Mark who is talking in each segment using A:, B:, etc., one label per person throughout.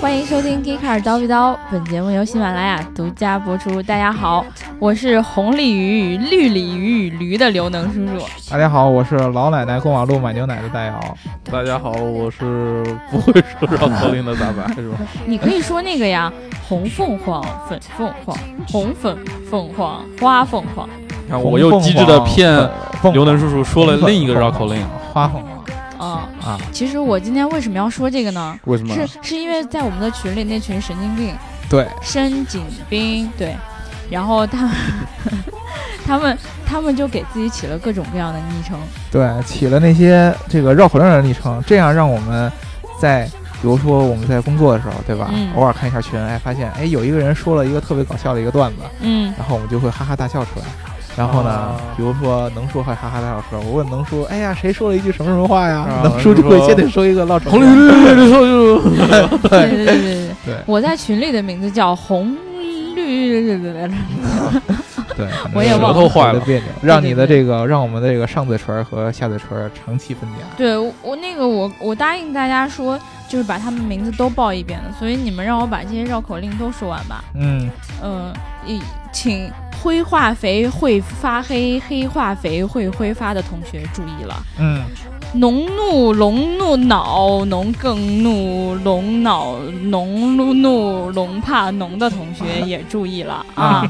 A: 欢迎收听《g e e k a r 叨逼叨》，本节目由喜马拉雅独家播出。大家好，我是红鲤鱼与绿鲤鱼与驴的刘能叔叔。
B: 大家好，我是老奶奶过马路买牛奶的大姚。
C: 大家好，我是不会说绕口令的大白，是吧？
A: 你可以说那个呀，红凤凰、粉凤凰、红粉凤凰、花凤凰。
C: 看我又机智的骗
B: 凤
C: 刘能叔叔说了另一个绕口 令，
B: 花凤凰
A: 啊、
B: 啊！
A: 其实我今天为什么要说这个呢？
C: 为什么？
A: 是是因为在我们的群里那群神经病
B: 对，
A: 申景斌对，然后他们 他们他们就给自己起了各种各样的昵称。
B: 对，起了那些这个绕口令的昵称，这样让我们在比如说我们在工作的时候，对吧？
A: 嗯
B: 偶尔看一下群，哎，发现哎有一个人说了一个特别搞笑的一个段子，
A: 嗯
B: 然后我们就会哈哈大笑出来。然后呢，
C: 啊
B: 比如说能说会哈哈大笑出来，我问能说，哎呀，谁说了一句什么什么话呀？
C: 啊
B: 能说就
C: 能
B: 会
C: 说
B: 先得说一个绕口
C: 红绿
B: 令。
C: 绿绿绿绿绿，
A: 对对对对对
B: 对
A: 我在群里的名字叫红绿，
B: 对，可能
A: 我也
B: 是
A: 忘
C: 了舌头坏了
B: 别扭，让你的这个，让我们的这个上嘴唇儿和下嘴唇儿长期分家。
A: 对我我那个我我答应大家说，就是把他们名字都报一遍的，所以你们让我把这些绕口令都说完吧。
B: 嗯，
A: 嗯，一请灰化肥会发黑，黑化肥会挥发的同学注意了。
B: 嗯，
A: 农怒龙怒恼，农更怒龙恼，农怒怒龙怕农的同学也注意了啊！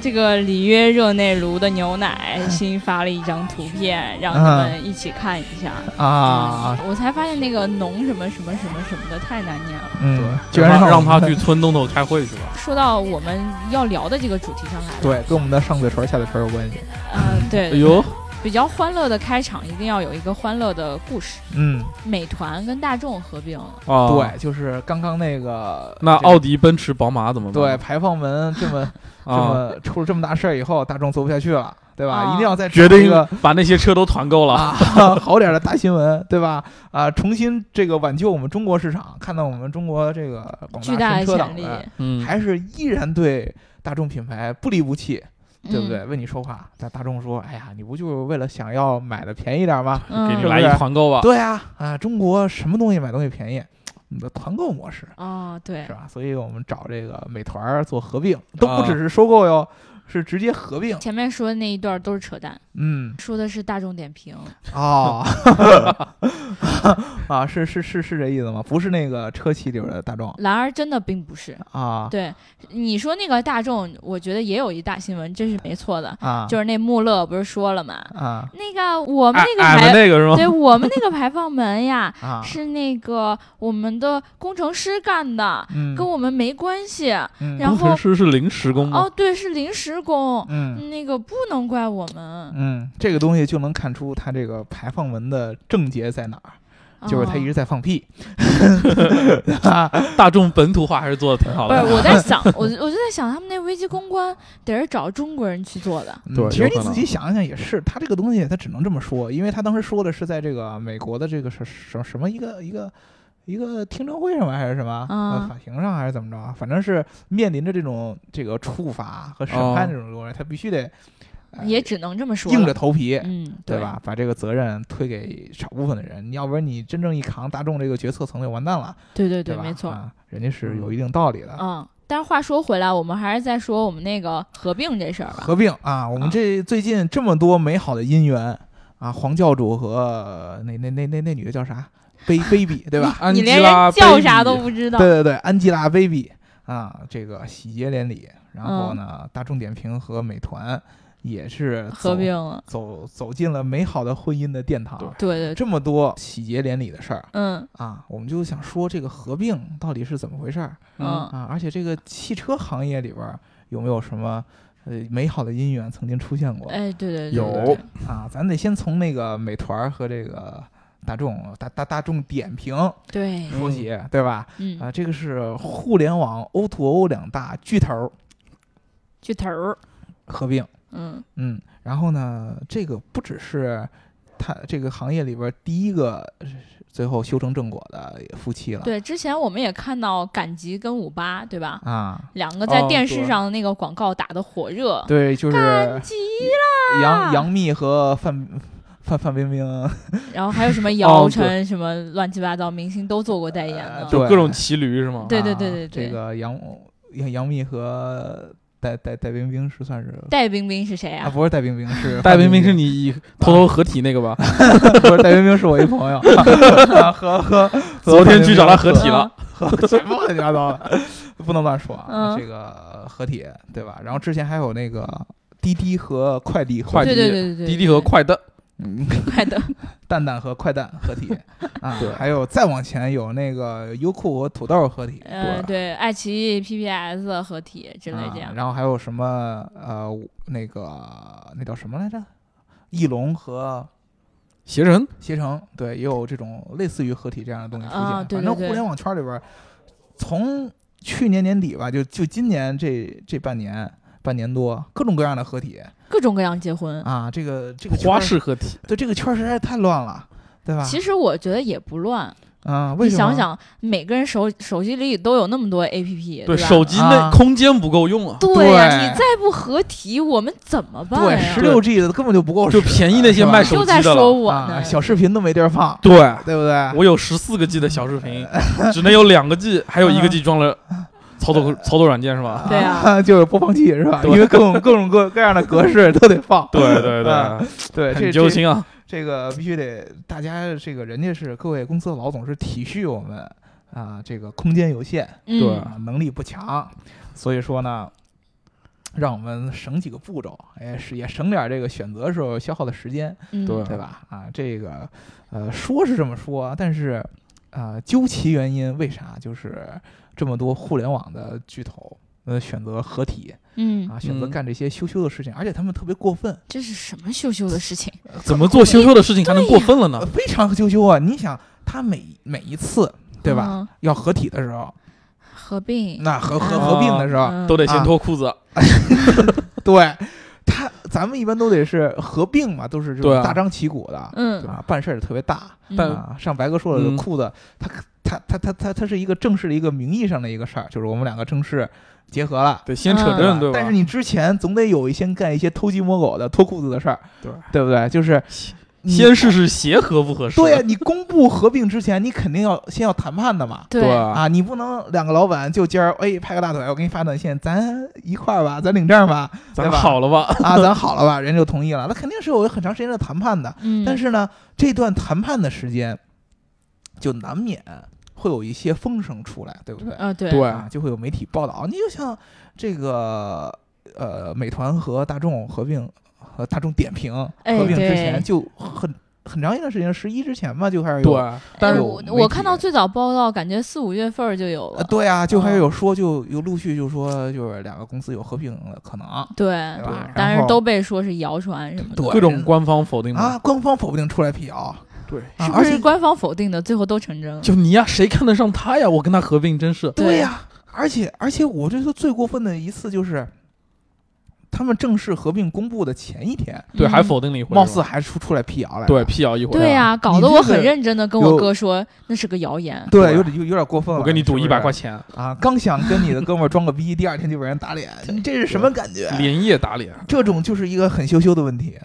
A: 这个里约热内卢的牛奶
B: 嗯
A: 新发了一张图片，让你们一起看一下
B: 啊，！
A: 我才发现那个农什么什么什么什么的太难念了。
B: 嗯，居
C: 让
B: 然
C: 他让
B: 我们
C: 他去村东头开会去吧。
A: 说到我们要聊的这个主题上来了，
B: 对，跟我们的上嘴唇儿、下嘴唇儿有关系。
A: 呃，
C: 哎
A: 对，
C: 呦，
A: 比较欢乐的开场一定要有一个欢乐的故事。
B: 嗯，
A: 美团跟大众合并
B: 哦
A: 了，
C: 啊，，
B: 对，就是刚刚那个
C: 那
B: 这个
C: 奥迪、奔驰、宝马怎么办？
B: 对排放门这么这
C: 啊，
B: 么出了这么大事儿以后，大众做不下去了，对吧？
A: 啊
B: 一定要再
C: 决
B: 出一
C: 定
B: 个
C: 把那些车都团购 了。
B: 啊好点儿的大新闻，对吧？啊，重新这个挽救我们中国市场，看到我们中国这个广
A: 巨
B: 大
A: 大
B: 神
A: 的
B: 车
A: 潜
B: 党
A: 力，
B: 们
C: 嗯，
B: 还是依然对大众品牌不离不弃，对不
A: 嗯
B: 对？为你说话，但大众说：“哎呀，你不就是为了想要买的便宜点儿吗？”
C: 给你
A: 嗯
C: 来一团购吧。
B: 对呀、啊，中国什么东西买东西便宜，你的团购模式
A: 哦，对
B: 是，吧？所以我们找这个美团儿做合并，都不
C: 啊
B: 只是收购哟，是直接合并。
A: 前面说的那一段都是扯淡，
B: 嗯，
A: 说的是大众点评。
B: 哦， 啊，是是是是这意思吗？不是那个车企里边的大众
A: 然而真的并不是。
B: 啊
A: 对你说那个大众，我觉得也有一大新闻，这是没错的，
B: 啊，
A: 就是那穆勒不是说了嘛，
B: 啊
A: 那个我们
C: 俺
A: 那个
C: 俺们
A: 排，
C: 那个是吗？
A: 对我们那个排放门呀，
B: 啊，
A: 是那个我们的工程师干的，
B: 嗯，
A: 跟我们没关系。
B: 嗯
A: 然后
C: 工程师是临时工吗
A: 哦，？对，是临时工，
B: 嗯
A: 那个不能怪我们。
B: 嗯，这个东西就能看出它这个排放门的症结在哪儿，嗯就是
A: 哦
C: 哦
B: 它一直在放 屁。啊
C: 大众本土化还是做的挺好
A: 不是，
C: 的。
A: 我在 想，我就我就在想，他们那危机公关得是找中国人去做的。
B: 嗯
C: 对
B: 其实
C: 有
B: 你
C: 可
B: 仔
C: 能
B: 细想想也是，他这个东西他只能这么说，因为他当时说的是在这个美国的这个什什什么一个一个一个听证会上吧，还是什么、
A: 啊
C: 嗯
B: 呃法庭上还是怎么着啊，反正是面临着这种这个处罚和审判
C: 哦
B: 这种东西，他必须得、呃
A: 也只能这么说了。
B: 硬着头皮。
A: 嗯，
B: 对？吧？把这个责任推给少部分的人，你要不然你真正一扛大众这个决策层就完蛋了，
A: 对对
B: 对吧？
A: 没错。
B: 啊，人家是有一定道理的。
A: 嗯，但是话说回来，我们还是再说我们那个合并这事儿吧。
B: 合并啊，我们
A: 啊
B: 这最近这么多美好的姻缘啊，黄教主和呃那那那那那女的叫啥？Ba- ？baby 对吧？啊
C: 安
A: 你
C: 吉
A: 连
C: 拉
A: 人叫
C: baby
A: 啥都不知道
B: 对。对对，安吉拉 baby 啊，这个喜结连理。然
A: 嗯
B: 后呢，大众点评和美团也是走
A: 合并，了，
B: 走走进了美好的婚姻的殿
C: 对
B: 堂。
A: 对对，
B: 这么多喜结连理的事儿
A: 嗯
B: 啊，我们就想说这个合并到底是怎么回事儿
C: 嗯
A: 嗯，
B: 啊？而且这个汽车行业里边儿有没有什么呃美好的姻缘曾经出现过？
A: 哎，对对对，
C: 有
A: 对对
B: 啊，咱得先从那个美团儿和这个大众大大大众点评
A: 对，
B: 说起，对吧？
A: 嗯，
B: 啊，这个是互联网 O to O 两大巨头儿
A: 巨头儿，
B: 合并，
A: 嗯
B: 嗯，然后呢，这个不只是它这个行业里边儿第一个呃最后修成正果的夫妻了，
A: 对，之前我们也看到赶集跟五八，对吧？
B: 啊啊，
A: 两个在
C: 哦
A: 电视
C: 对
A: 上那个广告打的火热，
B: 对，就是
A: 赶集
B: 杨杨幂和范范范冰冰，
A: 然后还 有什
B: 哦
A: 么姚晨什么乱七八糟明星都做过代言
B: 呃
A: 的，
B: 对
C: 就各种骑驴是吗？
A: 对对
B: 啊
A: 对对对
B: 这个杨杨杨幂和戴戴戴冰冰是算是
A: 戴冰冰是谁
B: 啊，
A: 啊？
B: 不是戴冰冰是
C: 戴
B: 范
C: 冰
B: 冰
C: 冰是你偷偷合体那个 吧？
B: 不是戴冰冰是我一朋友，啊和和
C: 昨天去找他合体
A: 嗯
C: 了，
B: 和什么乱七八糟的，不能乱说啊。
A: 嗯
B: 这个合体对吧？然后之前还有那个滴滴和快递合
C: 快
B: 体，
A: 对对
C: 递
A: 对对对，
C: 滴滴和快的，
B: 嗯，
A: 快的，
B: 蛋蛋和快蛋合体啊
C: 对。
B: 还有再往前有那个优酷和土豆合体，
A: 嗯，对，爱奇艺 PPS 合体之类这
B: 啊
A: 样。
B: 然后还有什么呃那个那叫什么来着？翼龙和
C: 携程
B: 携程对，也有这种类似于合体这样的东西出现。
A: 啊对对
B: 反
A: 对
B: 正互联网圈里边儿，从去年年底吧，就就今年这这半年半年多，各种各样的合体
A: 各种各样结婚。
B: 啊，这个这个圈儿
C: 花式合体，
B: 对这个圈儿实在太乱了，对吧？
A: 其实我觉得也不乱，
B: 啊，为
A: 你
B: 什么
A: 想想，每个人手手机里都有那么多 A P P，吧？
C: 手机
B: 啊
C: 那空间不够用啊，
A: 对呀、你
B: 对
A: 再不合体，我们怎么办
B: 对
A: 呀
B: 十？六 G 的根本就不够使，
C: 就便宜那些
B: 是吧
C: 卖手
A: 就在
C: 机的了
A: 说我呢，
B: 啊，小视频都没地儿放，
C: 对，
B: 对不对？
C: 我有十四个 G 的小视频，只能有两个 G，还有一个 G 装了操作操作软件是吧？
A: 对啊
B: 嗯啊， 就是播放器是吧？
C: 对
B: 因为各种各种各各样的格式都得放，
C: 对对
B: 啊
C: 对，
B: 对，这
C: 很揪
B: 这
C: 心啊！
B: 这个必须得大家这个人家是各位公司的老总是体恤我们啊，这个空间有限
A: 嗯，
B: 啊，能力不强，所以说呢，让我们省几个步骤，哎，是也省点这个选择时候消耗的时间，
A: 嗯
C: 对
B: 对吧？啊，这个呃说是这么说，但是呃究其原因，为啥就是这么多互联网的巨头呃选择合体
A: 嗯，
B: 啊，选择
C: 嗯
B: 干这些羞羞的事情，而且他们特别过分，
A: 这是什么羞羞的事情？
C: 怎么做羞羞的事情才能过分了呢
B: 呃？非常羞羞啊！你想，他每每一次对吧、嗯
A: 嗯
B: 要合体的时候，
A: 合并，
B: 那合合
A: 啊
B: 合并的时候，
A: 嗯
C: 都得先
B: 啊
C: 脱裤子，
B: 对他咱们一般都得是合并嘛，都是这种
C: 对啊
B: 大张旗鼓的
A: 嗯
B: 对，吧？办事儿特别大、
A: 嗯
C: 但
B: 啊。上白哥说了，
C: 嗯
B: 裤子他他他他他他是一个正式的一个名义上的一个事儿，就是我们两个正式结合了。
C: 得先扯
A: 嗯
C: 证，
B: 对吧
C: 对
B: 但
C: 吧
B: 是？你之前总得有一先干一些偷鸡摸狗的、脱裤子的事儿，
C: 对
B: 对不对？就是你
C: 先试试鞋合不合适。
B: 对呀、你公布合并之前，你肯定要先要谈判的嘛。
A: 对
C: 啊，
B: 啊，你不能两个老板就今儿哎拍个大腿，我给你发短信，咱一块儿吧，咱领证吧，
C: 咱
B: 对吧
C: 好了吧？
B: 啊，咱好了吧，人家就同意了，那肯定是有很长时间的谈判的。
A: 嗯，
B: 但是呢，这段谈判的时间，就难免会有一些风声出来，对不对？
A: 啊，对，
C: 对
B: 啊，就会有媒体报道。你就像这个呃，美团和大众合并，和大众点评
A: 哎
B: 合并之前
A: 对
B: 就很。很长一段时间，十一之前吧，就开始有
C: 对，但
A: 哎
C: 是
B: 有
A: 我
B: 媒
A: 我
B: 体
A: 看到最早报道，感觉四五月份儿就有
B: 呃，
A: 了，
B: 对啊，就还
A: 嗯
B: 有说，就有陆续就说，就是两个公司有合并的可能，
A: 对，
B: 对吧？
A: 但
B: 然后
A: 是都被说是谣传什么的，
B: 对
C: 各种官方否定
B: 啊，
C: 嘛。
B: 官方否不定出来辟谣，
C: 对
B: 啊，
A: 是不
B: 而且
A: 是官方否定的，最后都成真了？
C: 就你呀，谁看得上他呀？我跟他合并真是
A: 对
B: 对呀、而且而且我这次最过分的一次就是，他们正式合并公布的前一天，
C: 对，
A: 嗯
C: 还否定了一回，
B: 貌
C: 是
B: 似
C: 吧
B: 还啊出出来辟谣来了，
C: 对辟谣一回。啊
A: 对呀、搞得
B: 你
A: 我
B: 这个
A: 很认真的跟我
B: 有
A: 哥说那是个谣言。
B: 对，有点有有点过分了。
C: 我跟你赌
B: 是
C: 一
B: 不是
C: 百块钱，
B: 啊！刚想跟你的哥们儿装个逼，第二天就被人 打脸，你这是什么感觉？
C: 连夜打脸。
B: 这种就是一个很羞羞的问题，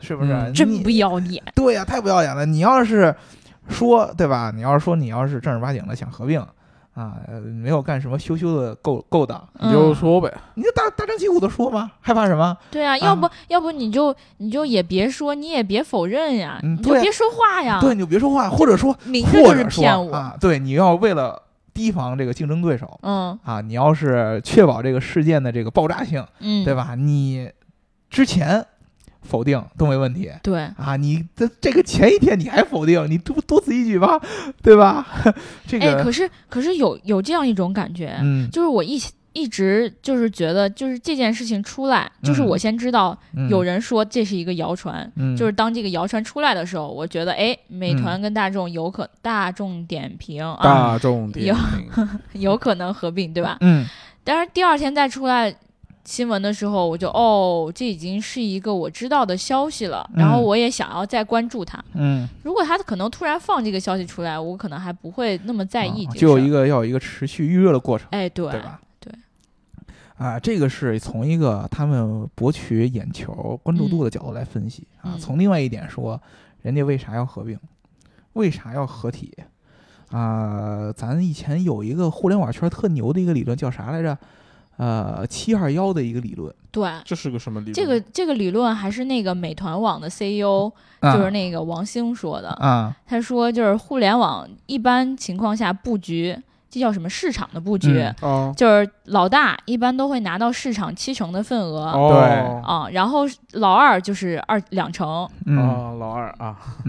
B: 是不是？
C: 嗯
A: 真
B: 你
A: 不要脸！
B: 对呀、太不要脸了！你要是说对吧？你要是说你要是正儿八经的想合并啊，呃没有干什么羞羞的勾勾当，
C: 你
A: 嗯、
C: 就说呗，
B: 你就大大张旗鼓的说嘛，害怕什么？
A: 对啊，要不要不你就你就也别说，你也别否认呀，
B: 嗯
A: 你就
B: 对啊
A: 别说话呀，
B: 对，你就别说话，或者说，
A: 明着
B: 或
A: 就是
B: 者说
A: 骗我。
B: 啊，对，你要为了提防这个竞争对手
A: 嗯
B: 啊，你要是确保这个事件的这个爆炸性，
A: 嗯，
B: 对吧？你之前否定都没问题。
A: 对
B: 啊，你这这个前一天你还否定，你多多此一举吧，对吧？ 这
A: 哎，
B: 个，
A: 可是可是有有这样一种感觉，
B: 嗯，
A: 就是我一一直就是觉得，就是这件事情出来，就是
B: 嗯
A: 我先知道
B: 嗯
A: 有，人说这是一个谣传，
B: 嗯，
A: 就是当这个谣传出来的时候，我觉得哎，美团跟大众有可、大众点评啊，
C: 大众点 评，
A: 有可能合并，对吧？
B: 嗯，
A: 但是第二天再出来新闻的时候，我就哦，这已经是一个我知道的消息了，然后
B: 嗯
A: 我也想要再关注它。
B: 嗯，
A: 如果他可能突然放这个消息出来，我可能还不会那么在意
B: 啊
A: 这个事儿、
B: 就有一个要有一个持续预热的过程，
A: 哎，对
B: 对吧？
A: 对，
B: 啊、这个是从一个他们博取眼球、关注
A: 嗯
B: 度的角度来分析、啊。
A: 嗯
B: 从另外一点说，人家为啥要合并，为啥要合体？啊、咱以前有一个互联网圈特牛的一个理论叫啥来着？呃，七二幺的一个理论，
A: 对，
C: 这是个什么理论？
A: 这个这个理论还是那个美团网的 CEO，、
B: 啊、
A: 就是那个王兴说的。
B: 啊，
A: 他说，就是互联网一般情况下布局，这叫什么市场的布局？
B: 嗯
C: 哦
A: 就是老大一般都会拿到市场七成的份额。
C: 哦
A: 啊，然后老二就是二两 成，
B: 嗯，
C: 哦，老二啊，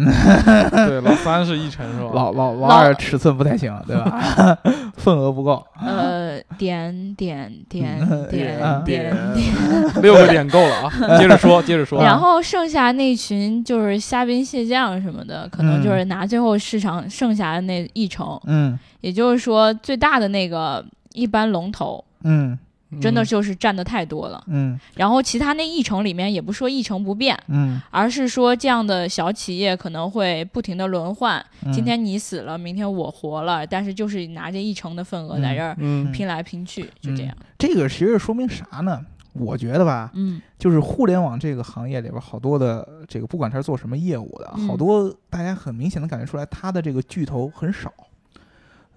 C: 对，老三是一成是吧？
B: 老老老
A: 老
B: 二尺寸不太行，对吧？ 份额不够，
A: 呃，点点点
B: 嗯
A: 点
B: 点
A: 点点，
C: 点， 六个点够了 啊！接着说，接着说。
A: 然后剩下那群就是虾兵蟹将什么的，可能
B: 嗯
A: 就是拿最后市场剩下的那一成，
B: 嗯
A: 也就是说最大的那个一般龙头，
B: 嗯
A: 真的就是占的太多了。
B: 嗯
A: 然后其他那一成里面也不说一成不变，
B: 嗯，
A: 而是说这样的小企业可能会不停的轮换，
B: 嗯
A: 今天你死了，明天我活了，但是就是拿这一成的份额在这儿
C: 嗯，
A: 拼来拼去，就这样。
B: 这个其实说明啥呢？我觉得吧，
A: 嗯
B: 就是互联网这个行业里边好多的这个，不管他是做什么业务的，
A: 嗯
B: 好多大家很明显的感觉出来，他的这个巨头很少，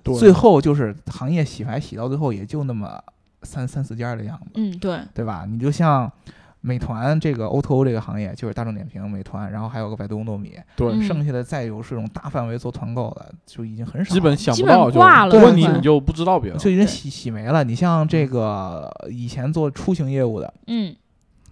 C: 对
B: 最后就是行业洗牌洗到最后也就那么三三四家的样子，
A: 嗯，对，
B: 对吧？你就像美团这个 O to O 这个行业，就是大众点评、美团，然后还有个百度糯米，
C: 对
A: 嗯
B: 剩下的再有是这种大范围做团购的，就已经很少，
C: 基本想
A: 基
C: 不
A: 本
C: 到就
A: 挂了
C: 问你
A: 对
C: 你就不知道别的。
B: 就已经洗洗没了。你像这个以前做出行业务的，
A: 嗯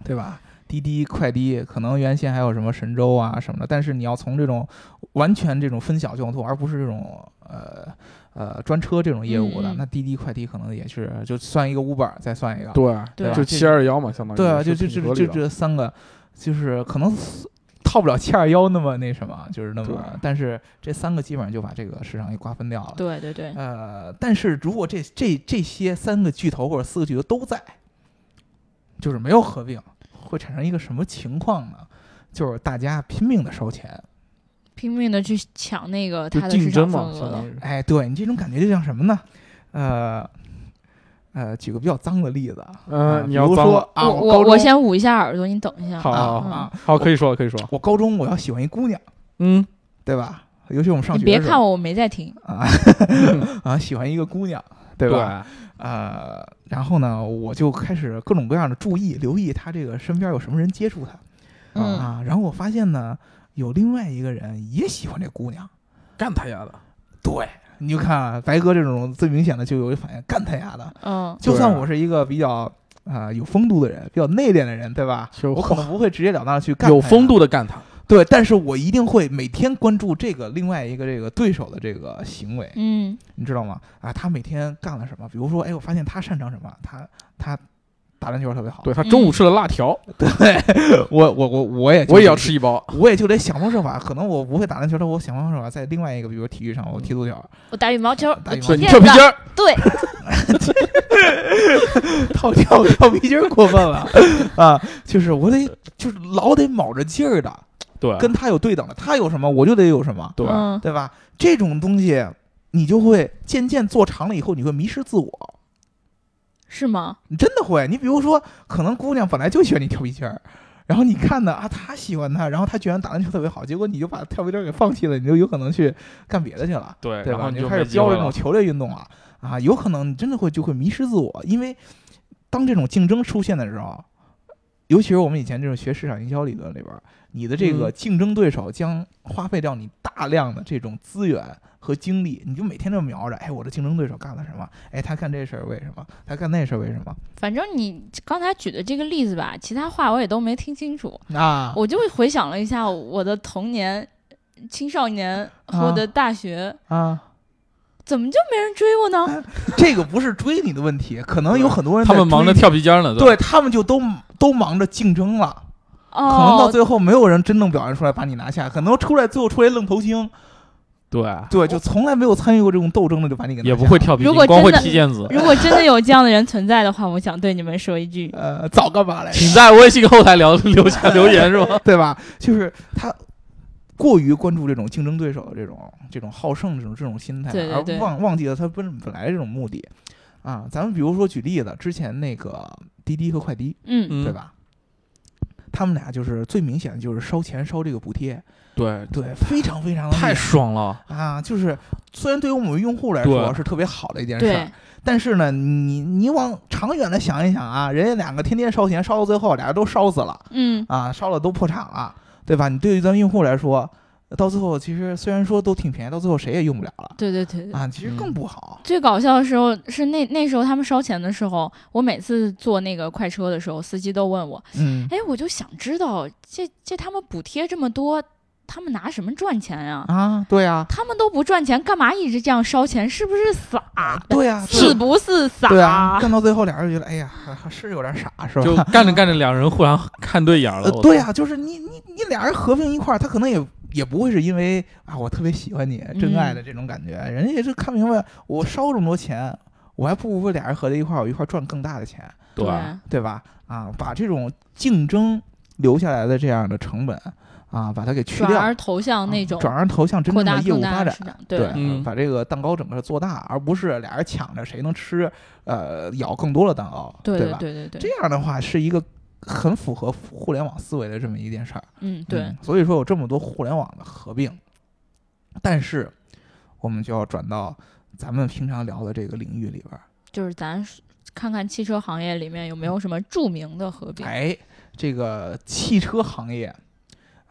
B: 对吧？滴滴、快滴，可能原先还有什么神州啊什么的，但是你要从这种完全这种分小用途，而不是这种呃呃专车这种业务的，
A: 嗯嗯
B: 那滴滴、快滴可能也是就算一个 Uber，再算一个，
C: 对，
A: 对
C: 就七二幺嘛，相当于
B: 对啊，
C: 是
B: 就就
C: 挺
B: 就
C: 合
B: 就
C: 理
B: 就
C: 的
B: 这三个，就是可能套不了七二幺那么那什么，就是那
C: 对
B: 么，但是这三个基本上就把这个市场给瓜分掉了。
A: 对对对，
B: 呃，但是如果这这这些三个巨头或者四个巨头都在，就是没有合并，会产生一个什么情况呢？就是大家拼命的烧钱，
A: 拼命的去抢那个
C: 就
A: 他的
C: 竞
A: 市
C: 争
A: 场份
C: 嘛，相
A: 额
C: 当。于
B: 哎，对你这种感觉就像什么呢？呃，呃，举个比较脏的例子啊，
C: 嗯
B: 呃
C: 你
B: 比
C: 要
B: 如
C: 脏
B: 说
C: 了哦
B: 啊，
A: 我
B: 我
A: 我
B: 高
A: 我
B: 中
A: 先捂嗯一下耳朵，你等一下。
C: 好
B: 啊
C: 好
B: 啊，
C: 好，可以说了，可以说了。
B: 我高中我要喜欢一姑娘，
C: 嗯，
B: 对吧？尤其我们上
A: 你
B: 学
A: 别
B: 的时
A: 看
B: 候
A: 我，我没在听。
B: 啊 啊，喜欢一个姑娘，对
C: 嗯 对
B: 吧？呃，然后呢，我就开始各种各样的注意、留意他这个身边有什么人接触他、
A: 嗯，
B: 啊。然后我发现呢，有另外一个人也喜欢这姑娘，
C: 干他丫的！
B: 对，你就看啊，白哥这种最明显的就有反应，干他丫的！
A: 嗯，
B: 就
C: 对
B: 算
C: 啊
B: 我是一个比较啊有风度的人，比较内敛的人，对吧？
C: 就
B: 我可能不会直截了当的去干，
C: 有风，度的干他，
B: 对，但是我一定会每天关注这个另外一个这个对手的这个行为，
A: 嗯，
B: 你知道吗？啊，他每天干了什么？比如说，哎，我发现他擅长什么，他他打篮球特别好，
C: 对他
A: 嗯
C: 中午吃了辣条，嗯
B: 我我我我也就
C: 我也要吃，一包。
B: 我也就得想方设法。可能我不会打篮球，但我想方设法在另外一个，比如体育上，我踢足球，
A: 我打羽毛球，
B: 打
A: 我
B: 羽
A: 踢
B: 毛球
A: 毽
C: 对你跳皮筋
A: 子，
C: 儿，
A: 对，
B: 跳跳跳皮筋儿过分了 啊！就是我得就是老得卯着劲儿的，
C: 对
B: 跟他有对等的，他有什么我就得有什么，
C: 对
A: 嗯，
B: 对吧？这种东西你就会渐渐做长了以后，你会迷失自我。
A: 是吗？
B: 你真的会。你比如说，可能姑娘本来就喜欢你跳皮筋儿，然后你看呢啊，她喜欢他，然后她居然打篮球特别好，结果你就把跳皮筋儿给放弃了，你就有可能去干别的去了，
C: 对
B: 对
C: 然
B: 吧？
C: 后
B: 你
C: 你就
B: 开始
C: 没机会
B: 教这种
C: 了
B: 球类运动了啊，有可能你真的会就会迷失自我，因为当这种竞争出现的时候，尤其是我们以前这种学市场营销理论里边儿，你的这个
C: 嗯
B: 竞争对手将花费掉你大量的这种资源和精力，你就每天这么瞄着，哎，我的竞争对手干了什么？哎，他干这事儿为什么？他干那事儿为什么？
A: 反正你刚才举的这个例子吧，其他话我也都没听清楚。
B: 啊，
A: 我就回想了一下我的童年、青少年和
B: 啊
A: 我的大学，
B: 啊，
A: 怎么就没人追我
B: 哎
A: 呢？
B: 这个不是追你的问题，可能有很多人
C: 他
B: 在
C: 们忙着
B: 追
C: 跳皮筋儿呢，
B: 你，对他们就都都忙着竞争了，可能到
A: 哦，
B: 最后没有人真正表现出来把你拿下，可能出来最后出来愣头青，
C: 对
B: 对，就从来没有参与过这种斗争的就把你给拿下
C: 也不会，跳皮
A: 如
C: 筋
A: 果，
C: 光会
A: 真的
C: 踢毽子。
A: 如果真的有这样的人存在的话，我想对你们说一句，
B: 呃，早干 嘛来着，
C: 请在微信后台聊留下留言是吧？
B: 对吧？就是他。过于关注这种竞争对手的这种、这种好胜、这种这种心态，
A: 对对对
B: 而忘忘记了他本本来这种目的，啊，咱们比如说举例子，之前那个滴滴和快滴，
A: 嗯
C: 嗯
B: 对？吧？他们俩就是最明显的就是烧钱烧这个补贴，
C: 嗯对，
B: 对，非常非常的
C: 太爽了，
B: 啊！就是虽然对于我们用户来说
C: 对
B: 嗯是特别好的一件事
A: 对
B: 儿，，但是呢，你你往长远的想一想啊，人家两个天天烧钱，烧到最后俩人都烧死了
A: 嗯
B: 啊，烧了都破产了，对吧？你对于咱用户来说，到最后其实虽然说都挺便宜，到最后谁也用不了了
A: 对对对对
B: 啊，其实更
C: 嗯
B: 不好。
A: 最搞笑的时候是那那时候他们烧钱的时候，我每次坐那个快车的时候，司机都问我，
B: 嗯，
A: 哎，我就想知道这这他们补贴这么多，他们拿什么赚钱呀、
B: 啊，对啊，
A: 他们都不赚钱，干嘛一直这样烧钱？是不是傻？
B: 对啊，对
A: 是不是傻？
B: 对啊，干到最后俩人觉得，哎呀，还还是有点傻，是吧？
C: 就干着干着，两人互相看对眼了
B: 呃。
C: 我操
B: 对，啊，就是你你你俩人合并一块儿，他可能也也不会是因为啊我特别喜欢你真爱
C: 嗯
B: 的这种感觉，人家也是看明白我烧这么多钱，我还不如和俩人合在一块儿，我一块儿赚更大的钱，
C: 对
A: 对
C: 吧，
B: 对吧？啊，把这种竞争留下来的这样的成本啊，把它给去
A: 转
B: 掉
A: 而。投向那
B: 啊
A: 种
B: 转而投向真
A: 扩
B: 正的
A: 大
B: 业
A: 更
B: 务
A: 大
B: 发
A: 的
B: 展
A: 市，场，
B: 对，
C: 嗯
B: 把这个蛋糕整个做大，而不是俩人抢着谁能吃，呃，咬更多的蛋糕，
A: 对
B: 吧？
A: 对对对
B: 这
A: 对，
B: 样的话是一个很符合互联网思维的这么一件事儿。
A: 嗯对
B: 嗯，所以说有这么多互联网的合并，但是我们就要转到咱们平常聊的这个领域里边儿。
A: 就是咱看看汽车行业里面有没有什么著名的合并，
B: 哎，这个汽车行业，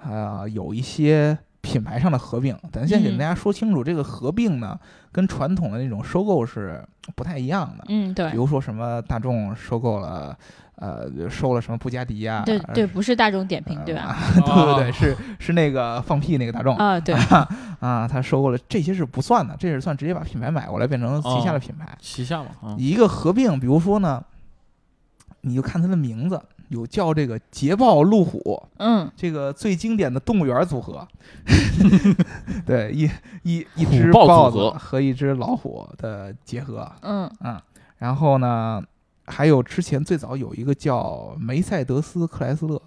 B: 啊，有一些品牌上的合并，咱先给
A: 嗯
B: 大家说清楚，这个合并呢，跟传统的那种收购是不太一样的。
A: 嗯对
B: 比。如说什么大众收购了，呃，收了什么布加迪呀、
A: 对
B: 呃
A: 对，不是大众点评
B: 呃，
A: 对吧？
B: 对对对，
C: 哦
B: 是是那个放屁那个大众
A: 啊，对，
B: 啊，他收购了，这些是不算的，这是算直接把品牌买过来变成旗
C: 哦
B: 下的品牌。
C: 旗下嘛，啊
B: 一个合并，比如说呢，你就看它的名字，有叫这个捷豹路虎
A: 嗯，
B: 这个最经典的动物园组合， 对，一一一只
C: 虎豹
B: 豹
C: 组
B: 子
C: 合
B: 和一只老虎的结合，啊
A: 嗯
B: 然后呢，还有之前最早有一个叫梅赛德斯克莱斯勒，，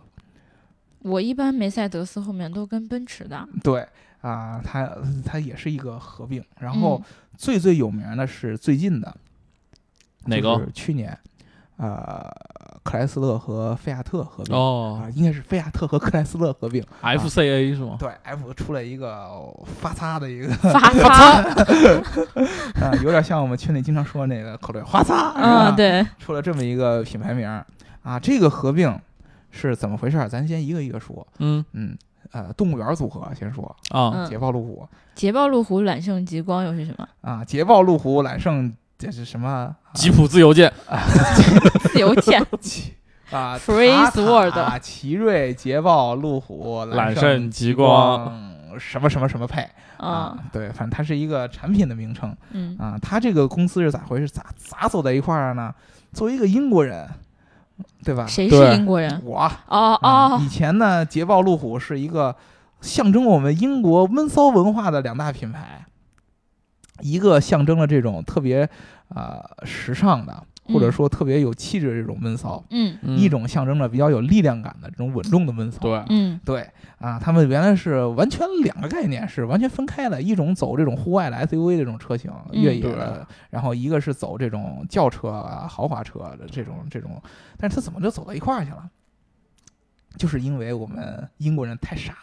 A: 我一般梅赛德斯后面都跟奔驰的，
B: 对啊，它它也是一个合并。然
A: 嗯
B: 后最最有名的是最近的
C: 哪
B: 就
C: 个？
B: 是去年，呃，克莱斯勒和菲亚特合并。
C: 哦
B: 啊，应该是菲亚特和克莱斯勒合并，
C: ，FCA 是吗？
B: 对，F 出了一个发擦的一个，
A: 发发，
B: 啊，有点像我们群里经常说那个口水花擦，是吧
A: 嗯，，对，
B: 出了这么一个品牌名儿啊，这个合并是怎么回事儿？咱先一个一个说，
C: 嗯
B: 嗯，呃，动物园组合先说，
C: 啊，
A: 嗯
B: 捷豹路虎，
A: 捷豹路虎、揽胜极光又是什么？
B: 啊，捷豹路虎揽胜这是什么？啊
C: 吉普自由舰，
A: 自由舰，
B: 奇啊
A: Free
B: 塔塔啊
A: Sword
B: 奇瑞、捷豹、路虎、
C: 揽
B: 胜
C: 胜
B: 极
C: 极
B: 光，什么什么什么配
A: 啊，，
B: 对，反正它是一个产品的名称
A: 嗯，
B: 啊。它这个公司是咋回事？咋咋走在一块儿呢？作为一个英国人，对吧？
A: 谁是
C: 对
A: 英国人？
B: 我啊
A: 哦哦
B: 以前呢，捷豹、路虎是一个象征我们英国闷骚文化的两大品牌，一个象征了这种特别呃时尚的，或者
A: 嗯
B: 说特别有气质的这种闷骚，
A: 嗯
C: 嗯
B: 一种象征着比较有力量感的这种稳重的闷骚。
C: 对，
A: 嗯
B: 对啊，他们原来是完全两个概念，是完全分开的。一种走这种户外的 SUV 这种车型，
A: 嗯
B: 越野的，然后一个是走这种轿车啊、豪华车的这种这种，但是它怎么就走到一块儿去了？就是因为我们英国人太傻，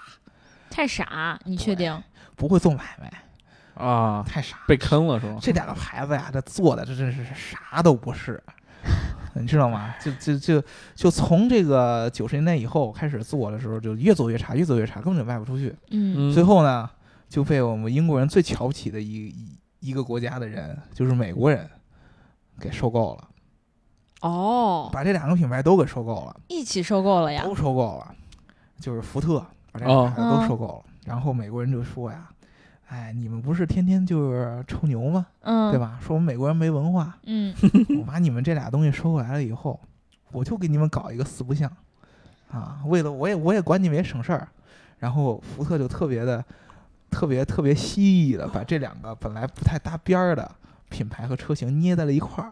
A: 太傻，你确定？
B: 不会做买卖，
C: 啊，
B: 太傻。
C: 被坑了 是吗？
B: 这两个牌子呀，这做的这真是啥都不 是，你知道吗？就就就就从这个九十年代以后开始做的时候，就越做越差，越做越差，根本就卖不出去。
A: 嗯
C: 嗯
B: 最后呢，就被我们英国人最瞧不起的一一一个国家的人，就是美国人，给收购了，
A: 哦，
B: 把这两个品牌都给收购了，
A: 一起收购哎了呀？
B: 都收购了，就是福特把这两个牌子
A: 哦
B: 都收购了。然后美国人就说呀：“哎，你们不是天天就是臭牛吗？
A: 嗯，
B: 对？吧？说我们美国人没文化，
A: 嗯，
B: 我把你们这俩东西收过来了以后，我就给你们搞一个四不像，啊，为了我也我也管你们也省事儿。然后福特就特别的、特别特别蜥蜴的把这两个本来不太搭边儿的品牌和车型捏在了一块儿，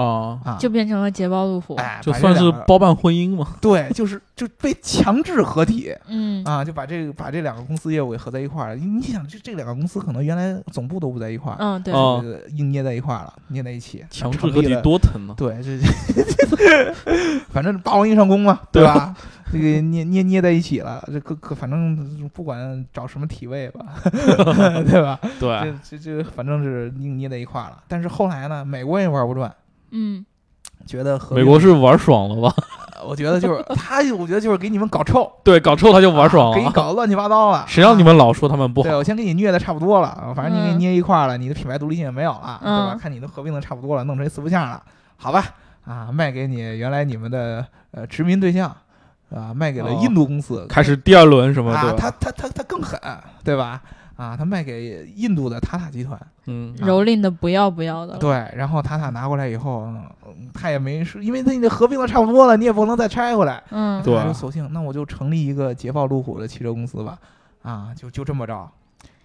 C: 啊，
B: 啊，
A: 就变成了捷豹路虎。
B: 哎，
C: 就
B: 把这
C: 算
B: 两
C: 是
B: 个
C: 包办婚姻嘛。
B: 对，就是就被强制合体
A: 嗯
B: 啊，就把这个把这两个公司业务给合在一块儿了。你你想，这这两个公司可能原来总部都不在一块儿，
A: 嗯，对，
C: 哦
B: 就是硬捏在一块儿了，捏在一起，
C: 强制
B: 成
C: 合
B: 立
C: 体
B: 了
C: 多 疼啊！
B: 对，这这，反正霸王硬上弓嘛，对
C: 对啊
B: 吧？这个捏捏捏在一起了，这各各反正不管找什么体位吧， 对吧？
C: 对，啊
B: 这这这反正是硬捏在一块儿了。但是后来呢，美国也玩不转，
A: 嗯
B: 觉得和
C: 美国是玩爽 了吧？
B: 我觉得就是他，我觉得就是给你们搞臭，啊
C: 对，搞臭他就玩爽
B: 给你
C: 了，
B: 搞得乱七八糟了。啊
C: 谁让你们老说他们不好？
B: 对，我先给你虐的差不多了，啊反正你给
A: 嗯
B: 捏一块儿了，你的品牌独立性也没有了，对吧？
A: 嗯
B: 看你都合并的差不多了，弄成一四不像了，好吧？啊，卖给你原来你们的呃殖民对象，啊，卖给了
C: 哦
B: 印度公司，
C: 开始第二轮什么
B: 啊，
C: 对吧？
B: 他他他他更狠，对吧？啊，他卖给印度的塔塔集团，
C: 嗯，
A: 蹂躏的不要不要的了。
B: 啊对，然后塔塔拿过来以后，嗯他也没是因为他你合并的差不多了，你也不能再拆回来，
A: 嗯，
C: 对
B: 他就索性那我就成立一个捷豹路虎的汽车公司吧，啊，就就这么着。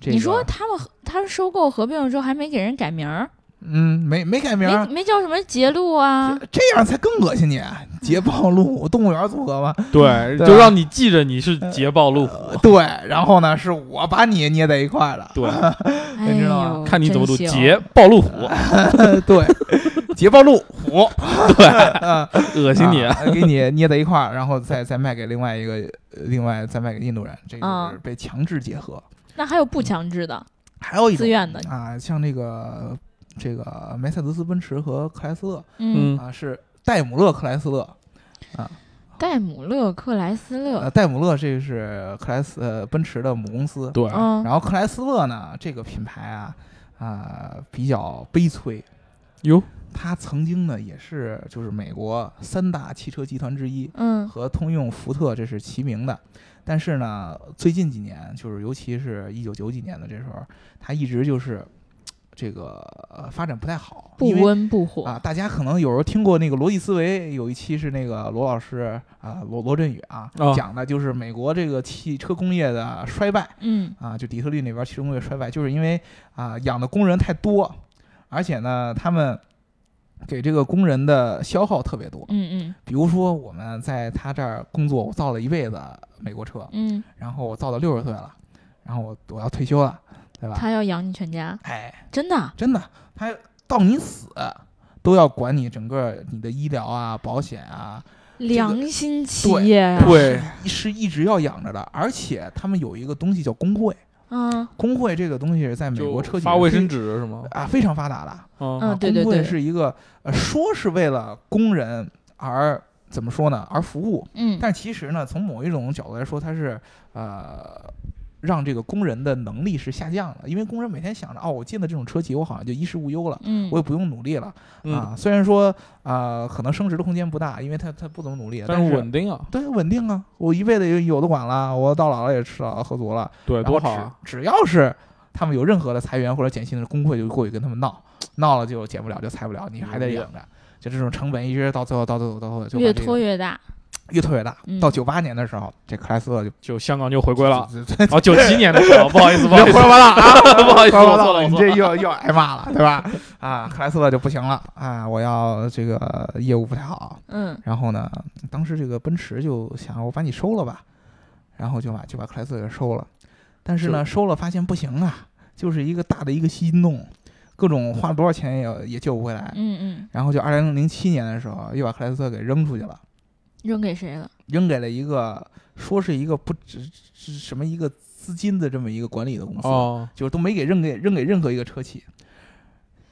B: 这
A: 你
B: 个
A: 说他们合他们收购合并的时候还没给人改名儿，
B: 嗯，没没改名儿
A: 没，没叫什么捷路啊，
B: 这样才更恶心你！捷豹路虎动物园组合吗？
C: 对，
B: 对啊呃
C: 就
B: 吧
C: 让你记着你是捷豹路虎，
B: 对，然后呢，是我把你捏在一块儿了。
C: 对，
A: 哎
B: 知道吗
A: 呦，
C: 看你怎么读
A: 真行
C: 捷豹路 虎，
B: 对，捷豹路虎， 对，
C: 恶心你！
B: 啊，给你捏在一块儿，然后再再卖给另外一个，呃另外再卖给印度人，这就是
A: 嗯
B: 被强制结合。
A: 那还有不强制的，
B: 还有一种
A: 自愿的
B: 啊，像这个这个梅赛德斯奔驰和克莱斯勒
A: 嗯，
B: 啊，是戴姆勒克莱斯勒。
A: 戴姆勒、克莱斯勒
B: 呃，，戴姆勒这是克莱斯呃奔驰的母公司，
C: 对，
A: 嗯，
B: 呃然后克莱斯勒呢，这个品牌啊，啊、比较悲催。
C: 哟，
B: 它曾经呢也是就是美国三大汽车集团之一，
A: 嗯
B: 和通用、福特这是齐名的。但是呢，最近几年，就是尤其是一九九几年的这时候，它一直就是这个、呃、发展不太好，
A: 不
B: 因为
A: 温不火，
B: 啊，大家可能有时候听过那个逻辑思维，有一期是那个罗老师啊，罗罗振宇啊、
C: 啊
B: 讲的就是美国这个汽车工业的衰败
A: 嗯
B: 啊，就底特律那边汽车工业衰败，就是因为啊养的工人太多，而且呢他们给这个工人的消耗特别多。
A: 嗯
B: 比如说我们在他这儿工作，我造了一辈子美国车
A: 嗯，嗯，
B: 然后我造到六十岁了，然后我我要退休了，对吧？
A: 他要养你全家，
B: 哎，
A: 真的啊，
B: 真的，他到你死都要管你整个你的医疗啊、保险啊，
A: 良心企
B: 对
A: 业哎啊呀，
C: 对，
B: 是一直要养着的。而且他们有一个东西叫工会，
A: 嗯
B: 工会这个东西是在美国车
C: 就
B: 企
C: 发卫生
B: 纸
C: 纸是吗？
B: 啊非常发达的。
C: 嗯
A: 嗯
B: 啊
A: 对对
B: 工会
A: 对
B: 是一个呃说是为了工人而怎么说呢而服务，
A: 嗯
B: 但其实呢，从某一种角度来说，它是呃。让这个工人的能力是下降的，因为工人每天想着，哦，我进了这种车企，我好像就衣食无忧了，
A: 嗯
B: 我也不用努力了，
C: 嗯，
B: 啊，虽然说啊、呃可能升职的空间不大，因为他他不怎么努力，但
C: 但是稳定啊，
B: 对稳定啊，我一辈子有有的管了，我到老了也吃了喝足了，
C: 对，
B: 然
C: 多
B: 后
C: 好啊！
B: 只只要是他们有任何的裁员或者减薪的工会就过去跟他们闹，闹了就减不了就裁不了，你还得
C: 牛逼
B: 养着，就这种成本一直到最后到最后到最后就把
A: 越
B: 这个
A: 拖越大，
B: 越拖越大，到
A: 嗯
B: 九八年的时候，这克莱斯勒就，
C: 就香港就回归了
B: 就
C: 哦，九七年的时候， 不好意思，不好意
B: 胡
C: 思
B: 说， 八道啊！
C: 不好意思，
B: 胡说
C: 我
B: 八道，
C: 错了，我
B: 你
C: 错
B: 这
C: 了。
B: 又又挨骂了，对吧？啊，克莱斯勒就不行了啊！我要这个业务不太好，
A: 嗯
B: 然后呢，当时这个奔驰就想我把你收了吧，然后就把就把克莱斯勒给收了，但是呢，收了发现不行啊，就是一个大的一个心动，各种花了多少钱也也救不回来，
A: 嗯嗯，
B: 然后就二零零七年的时候又把克莱斯勒给扔出去了，
A: 扔给谁了？
B: 扔给了一个说是一个不只只什么一个资金的这么一个管理的公司，
C: 哦，
B: 就是都没给扔给扔给任何一个车企。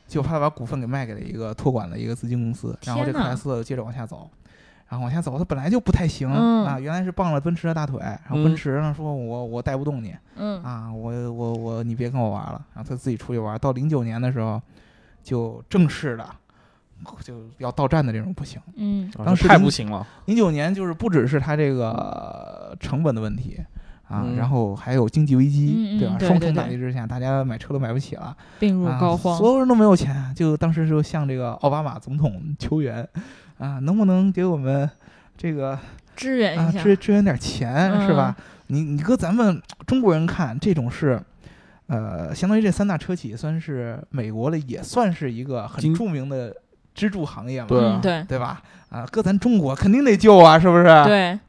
B: 就怕他把股份给卖给了一个托管的一个资金公司，然后这
A: 天
B: 克
A: 哪
B: 莱斯勒接着往下走，然后往下走，他本来就不太行、
A: 嗯
B: 啊，原来是傍了奔驰的大腿，然后
C: 嗯
B: 奔驰呢说我我带不动你
A: 嗯
B: 啊，我我我你别跟我玩了，然后他自己出去玩，到零九年的时候就正式的就要到站的这种不行，
A: 嗯
C: 啊
B: 当时
C: 太不行了，
B: 零九年就是不只是他这个成本的问题啊，
C: 嗯
B: 然后还有经济危机，
A: 嗯嗯
B: 对吧？
A: 对
B: 双
A: 对
B: 重打
A: 对
B: 击之下，大家买车都买不起了，
A: 病入膏
B: 啊，
A: 肓，
B: 所有人都没有钱，就当时就向这个奥巴马总统求援啊，能不能给我们这个
A: 支援
B: 啊
A: 一下，
B: 支支援点钱、
A: 嗯
B: 是吧？你你搁咱们中国人看这种事。呃，相当于这三大车企算是美国的，也算是一个很
C: 经
B: 著名的支柱行业嘛，
C: 对啊
A: 嗯对
B: 对吧？啊，搁咱中国肯定得救啊，是不是？对。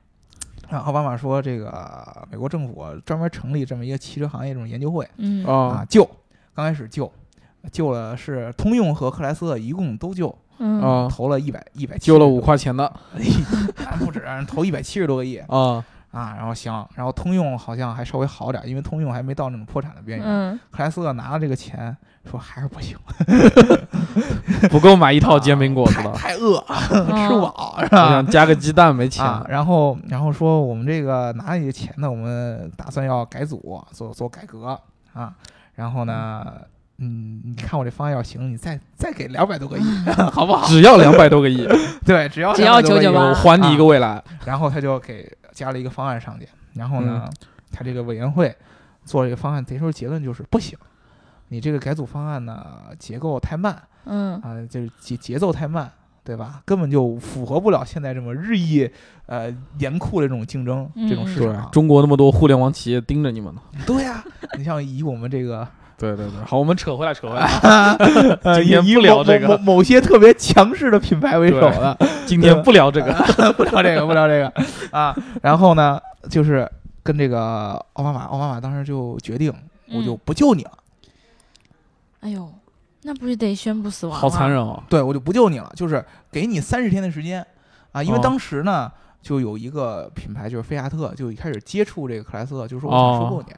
A: 对，
B: 啊，奥巴马说这个美国政府专门成立这么一个汽车行业这种研究会
A: 嗯
B: 啊
C: 啊，，
B: 救，刚开始救，救了是通用和克莱斯勒一共都救，
A: 嗯
C: 啊，
B: 投了一百一百
C: 救了五块钱的
B: 不止，投一百七十多个亿
C: 啊，
B: 啊，然后行，然后通用好像还稍微好点，因为通用还没到那种破产的边缘。
A: 嗯，
B: 克莱斯勒拿了这个钱，说还是不行，
C: 不够买一套哦煎饼果子
B: 太
C: 了，
B: 太饿，吃不
A: 嗯
B: 饱是
C: 我
B: 吧
C: 想？加个鸡蛋没钱
B: 啊，然后然后说我们这个拿了这些钱呢，我们打算要改组，做做改革啊。然后呢，嗯，你看我这方案要行，你再再给两百多个亿，好不好？
C: 只要两百多 个亿，
B: 对，只要
A: 只要
B: 200多个亿
A: 九九八
C: 我还你一个未来。
B: 然后他就给加了一个方案上去，然后呢，
C: 嗯
B: 他这个委员会做这个方案，得出结论就是不行。你这个改组方案呢，结构太慢
A: 嗯
B: 啊、就是节节奏太慢，对吧？根本就符合不了现在这么日益呃严酷的这种竞争、这种
A: 嗯
B: 市
C: 对
B: 场，。
C: 中国那么多互联网企业盯着你们呢。
B: 对呀、你像以我们这个
C: 对对对，好，我们扯回来，扯回来。
B: 呃，
C: 今天
B: 以以
C: 不聊
B: 某
C: 这个
B: 某某某些特别强势的品牌为首的，
C: 今天不聊这个，
B: 不聊这个，不聊这个啊。然后呢，就是跟这个奥巴马，奥巴马当时就决定，我就
A: 嗯
B: 不救你了，
A: 哎呦，那不是得宣布死亡？
C: 好残！忍哦。
B: 对我就不救你了，就是给你三十天的时间啊。因为
C: 哦
B: 当时呢，就有一个品牌就是菲亚特，就开始接触这个克莱斯勒，就说我
C: 哦
B: 想收购你、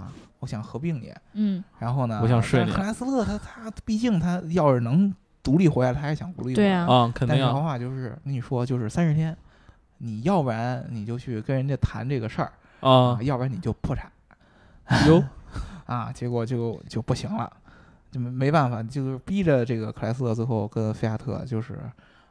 B: 啊，我想合并你，
A: 嗯
B: 然后呢，
C: 我想睡
B: 但是
C: 你
B: 克莱斯勒他他毕竟他要是能独立回来，他还想独立回
A: 对
B: 来。
A: 啊
C: 啊，肯
B: 但
C: 定
B: 是
C: 啊
B: 的话就是跟你说就是三十天，你要不然你就去跟人家谈这个事儿
C: 啊
B: 要不然你就破产
C: 哟，
B: 啊。结果就就不行了，就没没办法，就是逼着这个克莱斯勒最后跟菲亚特就是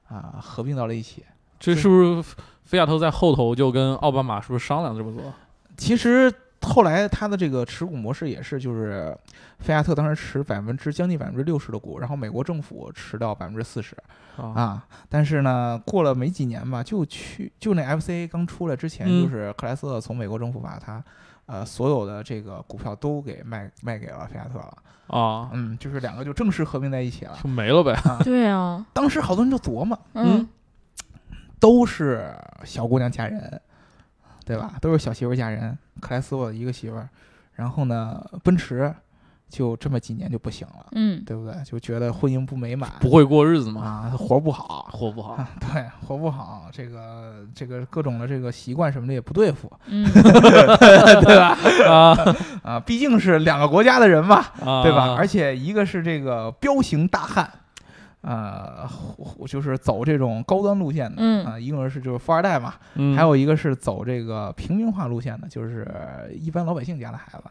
B: 啊合并到了一起。
C: 这是不是菲亚特在后头就跟奥巴马是不是商量这么做？
B: 其实后来他的这个持股模式也是，就是菲亚特当时持百分之将近百分之六十的股，然后美国政府持到百分之四十
C: 啊
B: 啊。但是呢，过了没几年吧，就去就那 FCA 刚出来之前，
C: 嗯
B: 就是克莱斯勒从美国政府把他。呃，所有的这个股票都给卖卖给了菲亚特了，
C: 啊，
B: 嗯，就是两个就正式合并在一起了。
C: 就没了呗。
A: 对啊，
B: 当时好多人就琢磨，
A: 嗯
B: 都是小姑娘嫁人，对
C: 啊
B: 吧？都是小媳妇儿嫁人，克莱斯勒一个媳妇儿，然后呢，奔驰就这么几年就不行了，
A: 嗯
B: 对不对？就觉得婚姻不美满，
C: 不会过日子嘛，
B: 啊，活不好。
C: 活不好。
B: 啊，对，活不好，这个这个各种的这个习惯什么的也不对付
A: 嗯，
C: 啊
B: 啊，毕竟是两个国家的人嘛，
C: 啊，
B: 对吧？而且一个是这个彪形大汉，呃，呼呼就是走这种高端路线的，
A: 嗯
B: 啊，一个是就是富二代嘛，
C: 嗯
B: 还有一个是走这个平民化路线的，就是一般老百姓家的孩子。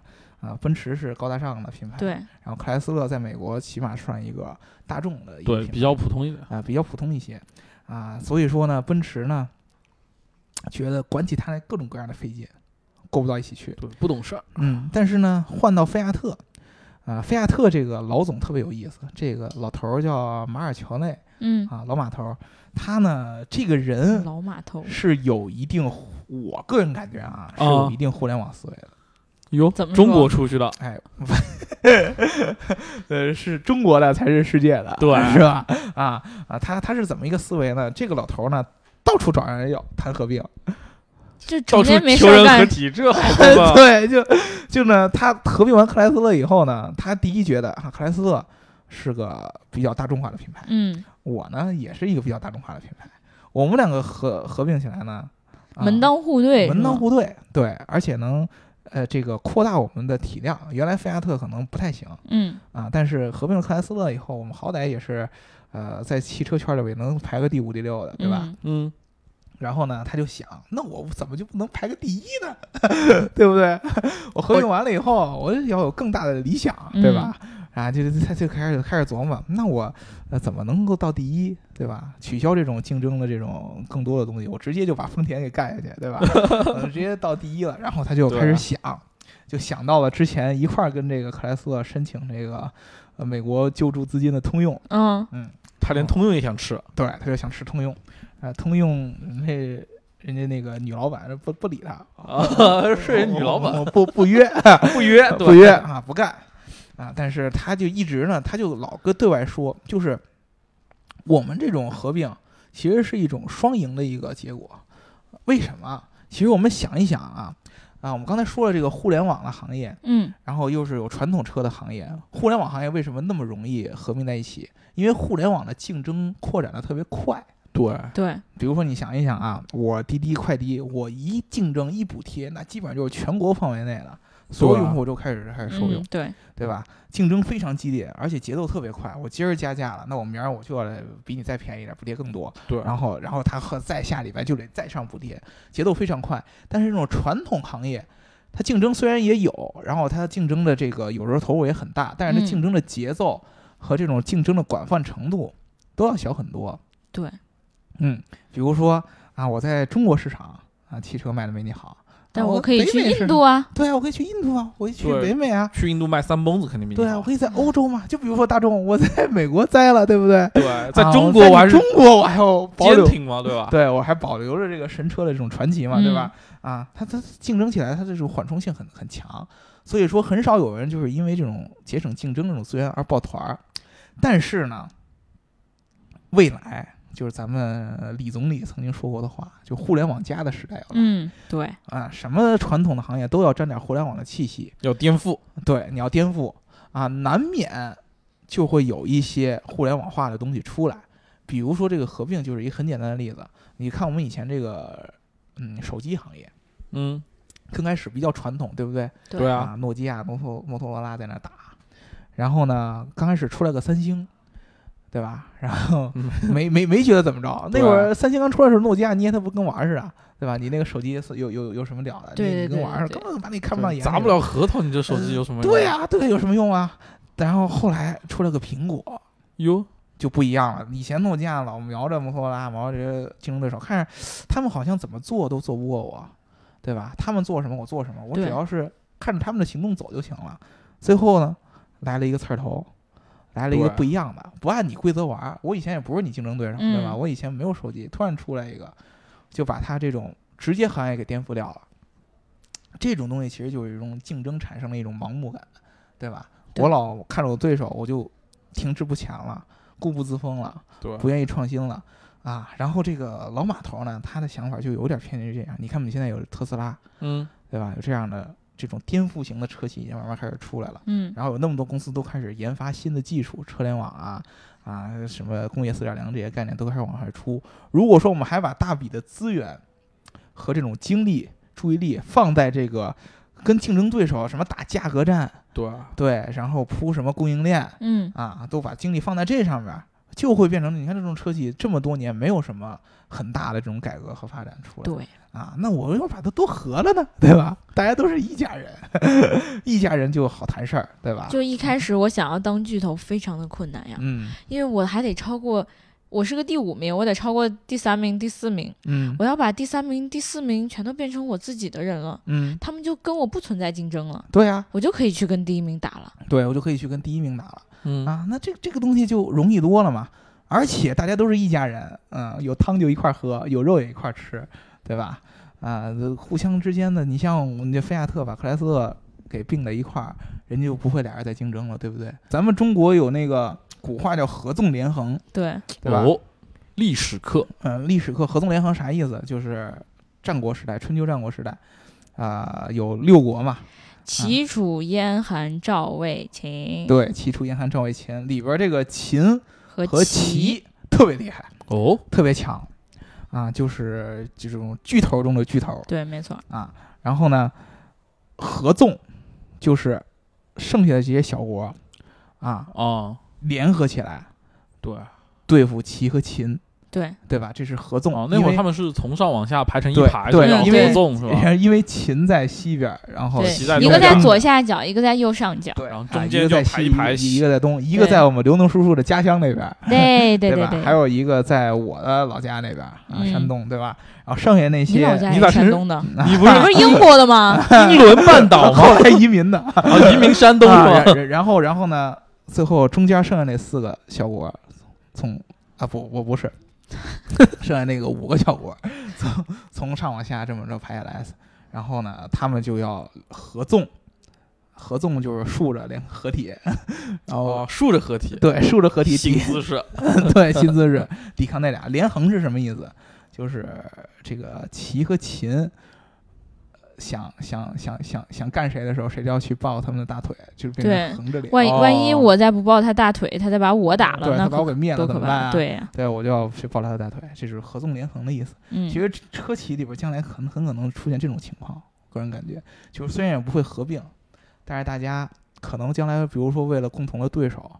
B: 啊，奔驰是高大上的品牌，。
A: 对，
B: 然后克莱斯勒在美国起码算一个大众的一个
C: 对
B: 品牌，
C: 比较普通一点。
B: 啊、比较普通一些，啊，所以说呢，奔驰呢，觉得管起它来各种各样的费劲，过不到一起去。
C: 对，不懂事儿。
B: 嗯，但是呢，换到菲亚特，啊，菲亚特这个老总特别有意思，这个老头儿叫马尔乔内
A: 嗯，
B: 啊，老马头儿，他呢这个人
A: 老码头
B: 是有一定互，我个人感觉啊，是
C: 啊
B: 有一定互联网思维的。
C: 哟，
A: 怎么说
C: 中国出去的？
B: 哎，呃， 是中国的才是世界的，
C: 对
B: 是吧？啊啊，他他是怎么一个思维呢？这个老头呢，到处找人要谈合并，
A: 这整
C: 到处
A: 天没事
C: 求
A: 儿
C: 人合
A: 干，
C: 体，这好办 法
B: 对，就就呢，他合并完克莱斯勒以后呢，他第一觉得啊，克莱斯勒是个比较大众化的品牌，
A: 嗯，
B: 我呢也是一个比较大众化的品牌，我们两个合合并起来呢，啊
A: 门当户对，
B: 门当
A: 是吧
B: 户对，对，而且能呃这个扩大我们的体量。原来菲亚特可能不太行
A: 嗯
B: 啊，但是合并了克莱斯勒以后，我们好歹也是呃在汽车圈里边能排个第五、第六的，对吧？
A: 嗯
C: 嗯，
B: 然后呢，他就想，那我怎么就不能排个第一呢？ 对不对？ 我合并完了以后，我要有更大的理想，对吧？啊，就就他就开始开始琢磨，那我呃怎么能够到第一，对吧？取消这种竞争的这种更多的东西，我直接就把丰田给干下去，对吧？我就直接到第一了。然后他就
C: 对
B: 开始想，就想到了之前一块儿跟这个克莱斯勒申请这个呃美国救助资金的通用，
A: 嗯
C: 他连通用也想吃。
B: 对，他就想吃通用，呃，通用嗯那人家那个女老板不不理他，
C: 啊， 是人女老板
B: 我我不不 约
C: 不 约，
B: 不约啊，不干啊，但是他就一直呢，他就老跟对外说，就是我们这种合并其实是一种双赢的一个结果。为什么？其实我们想一想啊，啊，我们刚才说了这个互联网的行业，
A: 嗯
B: 然后又是有传统车的行业，互联网行业为什么那么容易合并在一起？因为互联网的竞争扩展的特别快。
C: 对，
A: 对，
B: 比如说，你想一想啊，我滴滴、快滴，我一竞争一补贴，那基本上就是全国范围内了，所有
C: 对啊
B: 用户都开始开始收用
A: 嗯，对，
B: 对吧？竞争非常激烈，而且节奏特别快。我今儿加价了，那我明儿我就要来比你再便宜一点，补贴更多。
C: 对
B: 然后然后他和再下礼拜就得再上补贴，节奏非常快。但是这种传统行业，它竞争虽然也有，然后它竞争的这个有时候投入也很大，但是它
A: 嗯
B: 竞争的节奏和这种竞争的广泛程度都要小很多。
A: 对，
B: 嗯，比如说啊，我在中国市场啊，汽车卖的没你好，
A: 但
B: 啊
A: 我可以
B: 北
A: 去
B: 美市
A: 印
B: 场
A: 度啊，
B: 对啊，我可以去印度啊，我可以去
C: 对
B: 北美啊，
C: 去印度卖三蹦子肯定比你
B: 对啊，
C: 好
B: 我可以在欧洲嘛，就比如说大众，我在美国栽了，对不对？
C: 对，在
B: 啊
C: 中
B: 我
C: 国
B: 在
C: 我还是
B: 中国我还有保
C: 坚
B: 留，
C: 挺嘛，对吧？
B: 对我还保留着这个神车的这种传奇嘛，对吧？啊，它它竞争起来，它这种缓冲性很很强，所以说很少有人就是因为这种节省竞争这种资源而抱团儿。但是呢，未来就是咱们李总理曾经说过的话，就互联网加的时代要来、
A: 嗯，对，
B: 啊，什么传统的行业都要沾点互联网的气息。
C: 要颠覆，
B: 对，你要颠覆啊，难免就会有一些互联网化的东西出来。比如说这个合并就是一个很简单的例子。你看我们以前这个嗯手机行业，
C: 嗯，
B: 刚开始比较传统，对不对？
A: 对
C: 对啊，
B: 啊，诺基亚、摩托摩托罗拉在那打，然后呢，刚开始出来个三星。对吧？然后
C: 嗯
B: 没没没觉得怎么着。那
C: 对啊
B: 会儿三星刚出来的时候，诺基亚捏它不跟玩儿似的，对吧？你那个手机是有有有什么了的？
A: 对
B: 你
A: 对
B: 你跟
A: 对
B: 玩儿
A: 对
B: 根本把你看不到眼里。
C: 砸不了核桃，你这手机有什
B: 嗯
C: 么？
B: 对、呀、对，有什么用啊？然后后来出了个苹果，
C: 哟，
B: 就不一样了。以前诺基亚老瞄着摩托罗拉，瞄着这些竞争对手，看着他们好像怎么做都做不过我，对吧？他们做什么我做什么，我只
A: 对
B: 要是看着他们的行动走就行了。最后呢，来了一个刺儿头，来了一个
C: 对
B: 不一样的，不按你规则玩儿。我以前也不是你竞争对手，对吧？
A: 嗯
B: 我以前没有手机，突然出来一个，就把他这种直接行业给颠覆掉了。这种东西其实就是一种竞争产生了一种盲目感，对吧？
A: 对
B: 我老看着我对手，我就停滞不前了，固步自封了，
C: 对，
B: 不愿意创新了啊。然后这个老码头呢，他的想法就有点偏向于这样。你看，我们现在有特斯拉，
C: 嗯，
B: 对吧？有这样的这种颠覆型的车企已经慢慢开始出来了。
A: 嗯，
B: 然后有那么多公司都开始研发新的技术，车联网啊啊什么工业四点零这些概念都开始往上出。如果说我们还把大笔的资源和这种精力、注意力放在这个跟竞争对手什么打价格战，
C: 对，
B: 对，啊然后铺什么供应链
A: 嗯，
B: 啊，都把精力放在这上面儿。就会变成你看这种车企这么多年没有什么很大的这种改革和发展出来，
A: 对，
B: 啊，那我要把它都合了呢，对吧？大家都是一家人， 一家人就好谈事儿，对吧？
A: 就一开始我想要当巨头非常的困难呀，
B: 嗯
A: 因为我还得超过，我是个第五名，我得超过第三名、第四名，
B: 嗯
A: 我要把第三名、第四名全都变成我自己的人了，
B: 嗯，
A: 他们就跟我不存在竞争了，
B: 对啊，
A: 我就可以去跟第一名打了。
B: 对我就可以去跟第一名打了
C: 嗯，
B: 啊，那这这个东西就容易多了嘛。而且大家都是一家人，嗯，有汤就一块儿喝，有肉也一块儿吃，对吧？啊、这互相之间的，你像你这菲亚特把克莱斯勒给并在一块儿，人家就不会俩人再竞争了，对不对？咱们中国有那个古话叫合纵连横，
A: 对，
B: 对吧？
C: 哦，历史课，
B: 呃，历史课合纵连横啥意思？就是战国时代、春秋战国时代，啊、有六国嘛，
A: 齐楚燕韩赵魏秦
B: 对，齐楚燕韩赵魏秦里边这个秦
A: 嗯和
B: 和齐特别厉害，
C: 哦，
B: 特别强，啊，就是这种巨头中的巨头
A: 对，没错，
B: 啊。然后呢，合纵就是剩下的这些小国啊，
C: 啊，
B: 联合起来
C: 对，啊
B: 对付齐和秦，
A: 对，
B: 对吧？这是合纵。
C: 哦，那会
B: 因
C: 儿
B: 为
C: 他们是从上往下排成一
B: 对
C: 排，
B: 对
C: 是吧
A: 因为
C: 合纵是吧？
B: 因为秦在西边，然后
A: 对
C: 齐在
A: 一
C: 东
A: 个在
C: 边
A: 左下角，一个在右上角，
B: 对，
C: 然后
B: 啊
C: 中
B: 一
C: 间
B: 个
C: 就
B: 在
C: 排
B: 西
C: 一排
B: 一个在东，一个
A: 对
B: 在我们刘能叔叔的家乡那边，
A: 对对
B: 吧？还
A: 对。
B: 有一个在我的老家那边啊，山
A: 嗯
B: 东，对吧？然后剩下那
A: 你
B: 些
A: 老家
C: 你
A: 也
C: 咋
A: 是山
C: 是
A: 东的？
C: 你不
A: 你不是
C: 是
A: 英国的吗？
C: 英伦半岛吗？
B: 后来 移民的，啊
C: 啊，移民山东是
B: 然
C: 吗？
B: 然然后然后呢，最后中间剩下那四个小国，从啊不我不是， 剩下那个五个小国，从从上往下这么着排下来，然后呢，他们就要合纵。合纵就是竖着两个合体， 然后、
C: 哦，竖着合体，
B: 对竖着合体
C: 新
B: 抵
C: 姿势，
B: 对新姿势抵抗那俩连横是什么意思？就是这个齐和秦呃想想想想想干谁的时候，谁就要去抱他们的大腿，就是变
A: 对
B: 成横着脸。
A: 万一万一
C: 哦
A: 我再不抱他大腿，他再把我打了，
B: 对
A: 那
B: 他把我
A: 可
B: 给灭了
A: 多
B: 怎
A: 可
B: 么办
A: 怕！
B: 啊？，
A: 对呀，
B: 对我就要去抱他的大腿，这就是合纵连横的意思。
A: 嗯
B: 其，实车企里边将来很很可能出现这种情况，个人感觉，就是虽然也不会合并，但是大家可能将来，比如说为了共同的对手，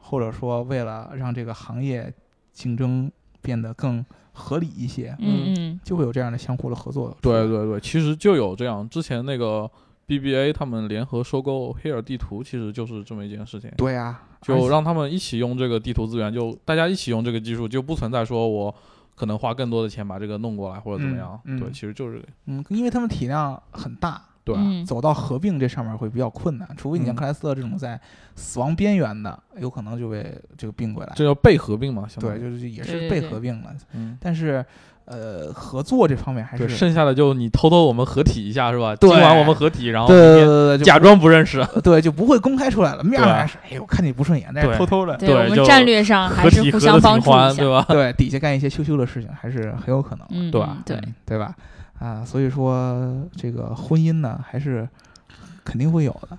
B: 或者说为了让这个行业竞争变得更合理一些，
A: 嗯嗯，
B: 就会有这样的相互的合作。
C: 对，对对，其实就有这样，之前那个 BBA 他们联合收购 Here 地图，其实就是这么一件事情，
B: 对啊，
C: 就让他们一起用这个地图资源，就大家一起用这个技术，就不存在说我可能花更多的钱把这个弄过来或者怎么样，
B: 嗯嗯
C: 对，其实就是
B: 嗯，因为他们体量很大，
C: 对啊、
A: 嗯
B: 走到合并这上面会比较困难，除非你像
C: 嗯
B: 克莱斯勒这种在死亡边缘的，有可能就被这个并过来。
C: 这叫被合并嘛，相当
B: 对，
C: 于，
B: 就是也
A: 对
B: 是
A: 对
B: 被
A: 对
B: 合并了，
C: 嗯。
B: 但是，呃，合作这方面还是
C: 对，剩下的就你偷偷我们合体一下是吧？
B: 对
C: 今晚我们合体，然后
B: 对
C: 明
B: 对
C: 天
B: 对对，就
C: 假装不认
A: 啊
C: 识，
B: 对就不会公开出来了，面
C: 对啊
B: 上还是哎呦，我看你不顺眼，但是
C: 对
B: 偷偷的，
A: 对，我
C: 就
A: 们战略上还
C: 合
A: 是
C: 体
A: 互
C: 合
A: 相
C: 的
A: 帮
C: 挺
A: 助一
C: 欢，
A: 下
C: 对，吧？
B: 对底下干一些羞羞的事情，还是很有可能，
A: 嗯，
C: 对
A: 嗯对，
B: 嗯对吧？啊，所以说这个婚姻呢，还是肯定会有的。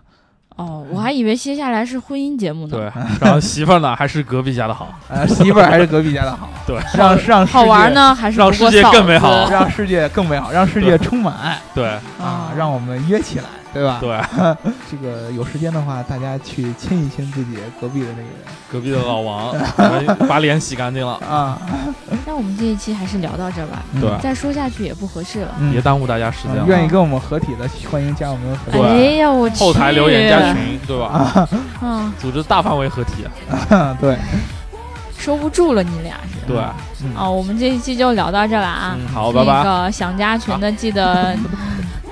A: 哦，
C: 嗯
A: 我还以为接下来是婚姻节目呢，
C: 对，然后媳妇儿呢还是隔壁家的好，
B: 呃， 媳妇儿还是隔壁家的好
C: ，对，
B: 让让世
A: 好玩
B: 界，
A: 呢还是
C: 让
A: 不过
C: 世界
A: 嫂
C: 更美
A: 子
C: 好
B: 让世界更美好，让世界充满爱
C: 对
B: 啊，让我们约起来，对吧？
C: 对，
B: 这个有时间的话，大家去亲一亲自己隔壁的那个人
C: 隔壁的老王把把脸洗干净了，
B: 啊，
A: 那我们这一期还是聊到这儿吧，
B: 嗯
C: 对
A: 再说下去也不合适了。
B: 嗯
C: 别耽误大家时
B: 嗯
C: 间了。
B: 愿意跟我们合体的，欢迎加我们的粉丝
C: 对
A: 哎呀，我去
C: 后台留言加群，对吧？
B: 啊，
A: 嗯，
C: 组织大范围合体，
B: 对，
A: 收不住了，你俩是。
C: 对，
B: 嗯
A: 哦，我们这一期就聊到这儿了啊。
C: 嗯，好，拜
A: 那
C: 拜。
A: 个想加群的记得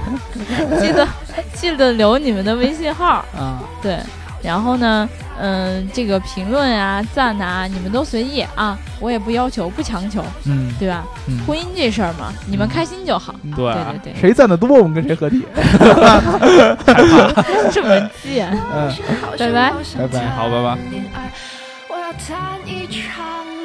A: 记得记得留你们的微信号，
B: 啊，
A: 对。然后呢，嗯、这个评论啊、赞啊，你们都随意啊，我也不要求，不强求，
B: 嗯
A: 对吧？
B: 嗯，
A: 婚姻这事儿嘛，你们开心就好。
C: 对啊
A: 对对
B: 谁赞的多，我们跟谁合体。
A: 对， 这么贱。
B: 嗯，
A: 拜拜
D: 拜
B: 拜拜
C: 好拜拜。
D: 我要谈一场